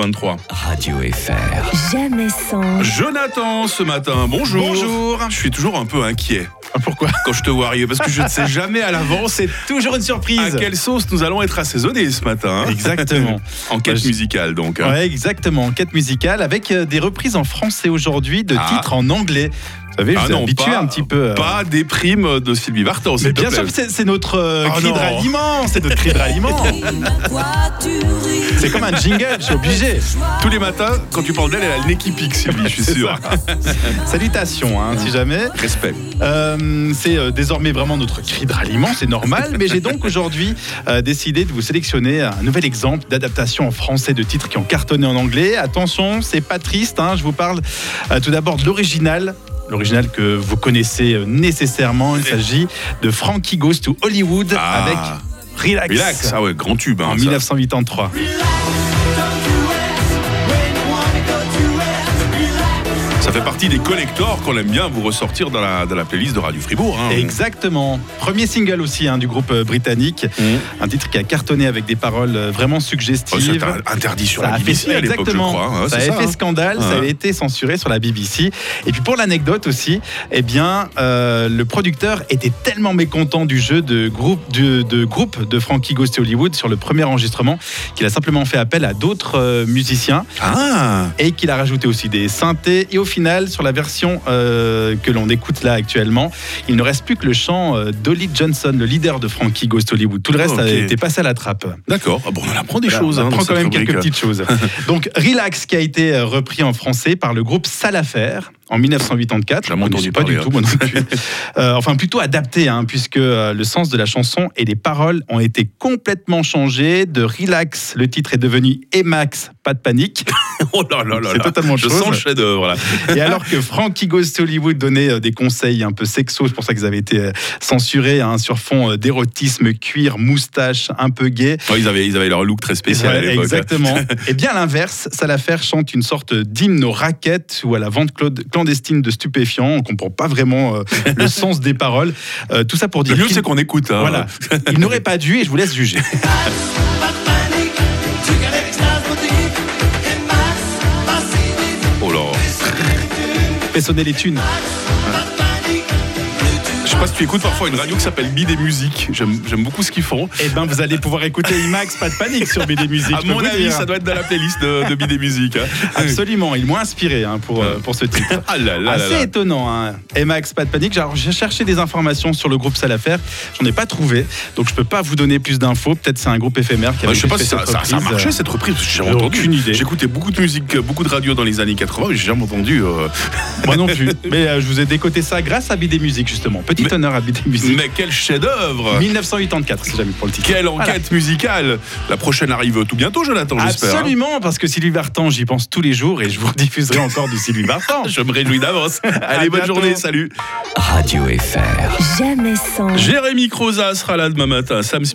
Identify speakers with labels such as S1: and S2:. S1: 23.
S2: Radio FR.
S3: Jamais sans,
S1: Jonathan, ce matin, bonjour.
S4: Bonjour. Ah,
S1: Je suis toujours un peu inquiet
S4: Pourquoi
S1: quand je te vois arriver parce que je ne sais jamais à l'avance
S4: C'est toujours une
S1: à
S4: surprise.
S1: quelle sauce nous allons être assaisonnés ce matin. hein.
S4: Exactement.
S1: En
S4: Bah,
S1: quête
S4: je-
S1: musicale, donc. hein.
S4: Ouais, exactement. Enquête musicale avec euh, des reprises en français aujourd'hui de
S1: Ah.
S4: titres en anglais. Vous savez, je
S1: Ah
S4: vous ai
S1: non,
S4: habitué
S1: pas-
S4: un petit peu. euh,
S1: Pas des primes de Sylvie Vartan,
S4: Mais
S1: s'il te
S4: bien
S1: plaît.
S4: sûr, que c'est c'est notre euh,
S1: Oh
S4: cri de
S1: non.
S4: ralliement. C'est notre cri de ralliement. C'est comme un jingle, je suis obligé.
S1: Tous les matins, quand tu parles d'elle, elle a le nez qui pique, Sylvie, je suis
S4: C'est
S1: sûr.
S4: Salutations, hein, si jamais.
S1: Respect.
S4: Euh, c'est euh, désormais vraiment notre cri de ralliement, c'est normal, mais j'ai donc aujourd'hui euh, décidé de vous sélectionner un nouvel exemple d'adaptation en français de titres qui ont cartonné en anglais. Attention, c'est pas triste, hein, je vous parle euh, tout d'abord de l'original. L'original que vous connaissez euh, nécessairement, il s'agit de Frankie Goes to Hollywood
S1: Ah.
S4: avec Relax,
S1: Relax. Ah ouais, grand tube. hein,
S4: en
S1: ça.
S4: 1983.
S1: Ça fait partie des collectors qu'on aime bien vous ressortir dans la, dans la playlist de Radio Fribourg. hein.
S4: Exactement. Premier single aussi hein, du groupe euh, britannique,
S1: Mhm.
S4: un titre qui a cartonné avec des paroles euh, vraiment
S1: Oh,
S4: suggestives.
S1: C'était interdit sur
S4: Ça
S1: la
S4: a
S1: BBC
S4: fait-
S1: à l'époque, je
S4: exactement.
S1: crois. hein,
S4: ça
S1: c'est
S4: avait fait
S1: hein.
S4: scandale,
S1: Ouais.
S4: ça avait été censuré sur la BBC. Et puis pour l'anecdote aussi, eh bien, euh, le producteur était tellement mécontent du jeu de groupe de, de groupe de Frankie Ghost et Hollywood sur le premier enregistrement qu'il a simplement fait appel à d'autres euh, musiciens
S1: Ah
S4: et qu'il a rajouté aussi des synthés. Et au final, sur la version euh, que l'on écoute là actuellement, il ne reste plus que le chant euh, d'Olly Johnson, le leader de Frankie Ghost Hollywood. Tout le reste
S1: Ok.
S4: a été passé à la trappe.
S1: D'accord. Ah bon, on en apprend des
S4: Voilà,
S1: choses.
S4: On
S1: hein,
S4: apprend
S1: dans
S4: quand
S1: cette
S4: même quelques
S1: rubrique.
S4: petites choses. Donc, Relax, qui a été euh, repris en français par le groupe Salafaire en 1984.
S1: Jamais
S4: Je
S1: entendu
S4: connaissais pas
S1: parler,
S4: du
S1: hein.
S4: tout, moi non plus. Euh, enfin, plutôt adapté, hein, puisque euh, le sens de la chanson et les paroles ont été complètement changés. De Relax, le titre est devenu Emax, pas de panique.
S1: Oh là là là
S4: C'est
S1: là.
S4: totalement autre
S1: Je
S4: chose.
S1: sens le chef-d'œuvre là.
S4: Et alors que Frankie Goes to Hollywood donnait euh, des conseils un peu sexo, c'est pour ça qu'ils avaient été euh, censurés hein, sur fond euh, d'érotisme, cuir, moustache, un peu gay.
S1: Ouais, ils, avaient, ils avaient leur look très spécial
S4: Voilà,
S1: à l'époque. hein.
S4: Exactement. Et bien à l'inverse, Salafaire chante une sorte d'hymne aux raquettes ou à la vente clo- clandestine de stupéfiants. On comprend pas vraiment euh, le sens des paroles. Euh, tout ça pour
S1: Le
S4: dire
S1: mieux,
S4: qu'il-
S1: c'est qu'on écoute. hein.
S4: voilà, il n'aurait pas dû et je vous laisse juger.
S1: Oh là.
S4: Fait sonner les thunes.
S1: Je sais pas si tu écoutes parfois une radio qui s'appelle Bid et Musique. J'aime j'aime beaucoup ce qu'ils font.
S4: Eh ben vous allez pouvoir écouter IMAX, pas de panique sur BD Music.
S1: À
S4: je peux hein. Ah
S1: mon
S4: vous
S1: avis,
S4: dire.
S1: ça doit être dans la playlist de, de Bid et Musique. hein.
S4: Absolument, ils m'ont inspiré hein, pour, euh, pour ce titre.
S1: Ah là là là
S4: Assez
S1: là.
S4: étonnant, hein. Et Max, pas de panique. Alors, J'ai cherché des informations sur le groupe Salafaire. J'en ai pas trouvé. Donc, je peux pas vous donner plus d'infos. Peut-être c'est un groupe éphémère qui a
S1: Ouais, Bah, je sais pas si ça, ça, ça a marché cette reprise. J'ai
S4: J'ai
S1: entendu.
S4: euh. aucune idée.
S1: J'écoutais beaucoup de musique, euh, beaucoup de radio dans les années 80, mais j'ai jamais entendu. euh,
S4: Moi non plus. Mais euh, je vous ai décoté ça grâce à BD Musique, justement. Petit
S1: Mais-
S4: honneur à BD Musique.
S1: Mais quel chef-d'œuvre
S4: 1984, si jamais pour le titre.
S1: Quelle enquête musicale La prochaine arrive tout bientôt, Jonathan, j'espère. hein.
S4: Absolument, parce que Sylvie Vartan, j'y pense tous les jours et je vous diffuserai encore du Sylvie Vartan.
S1: Je me réjouis d'avance. Allez,
S4: À
S1: bonne
S4: bientôt.
S1: journée, salut.
S2: Radio FR.
S3: jamais sans.
S1: Jérémy Croza sera là demain matin. Sam Smith.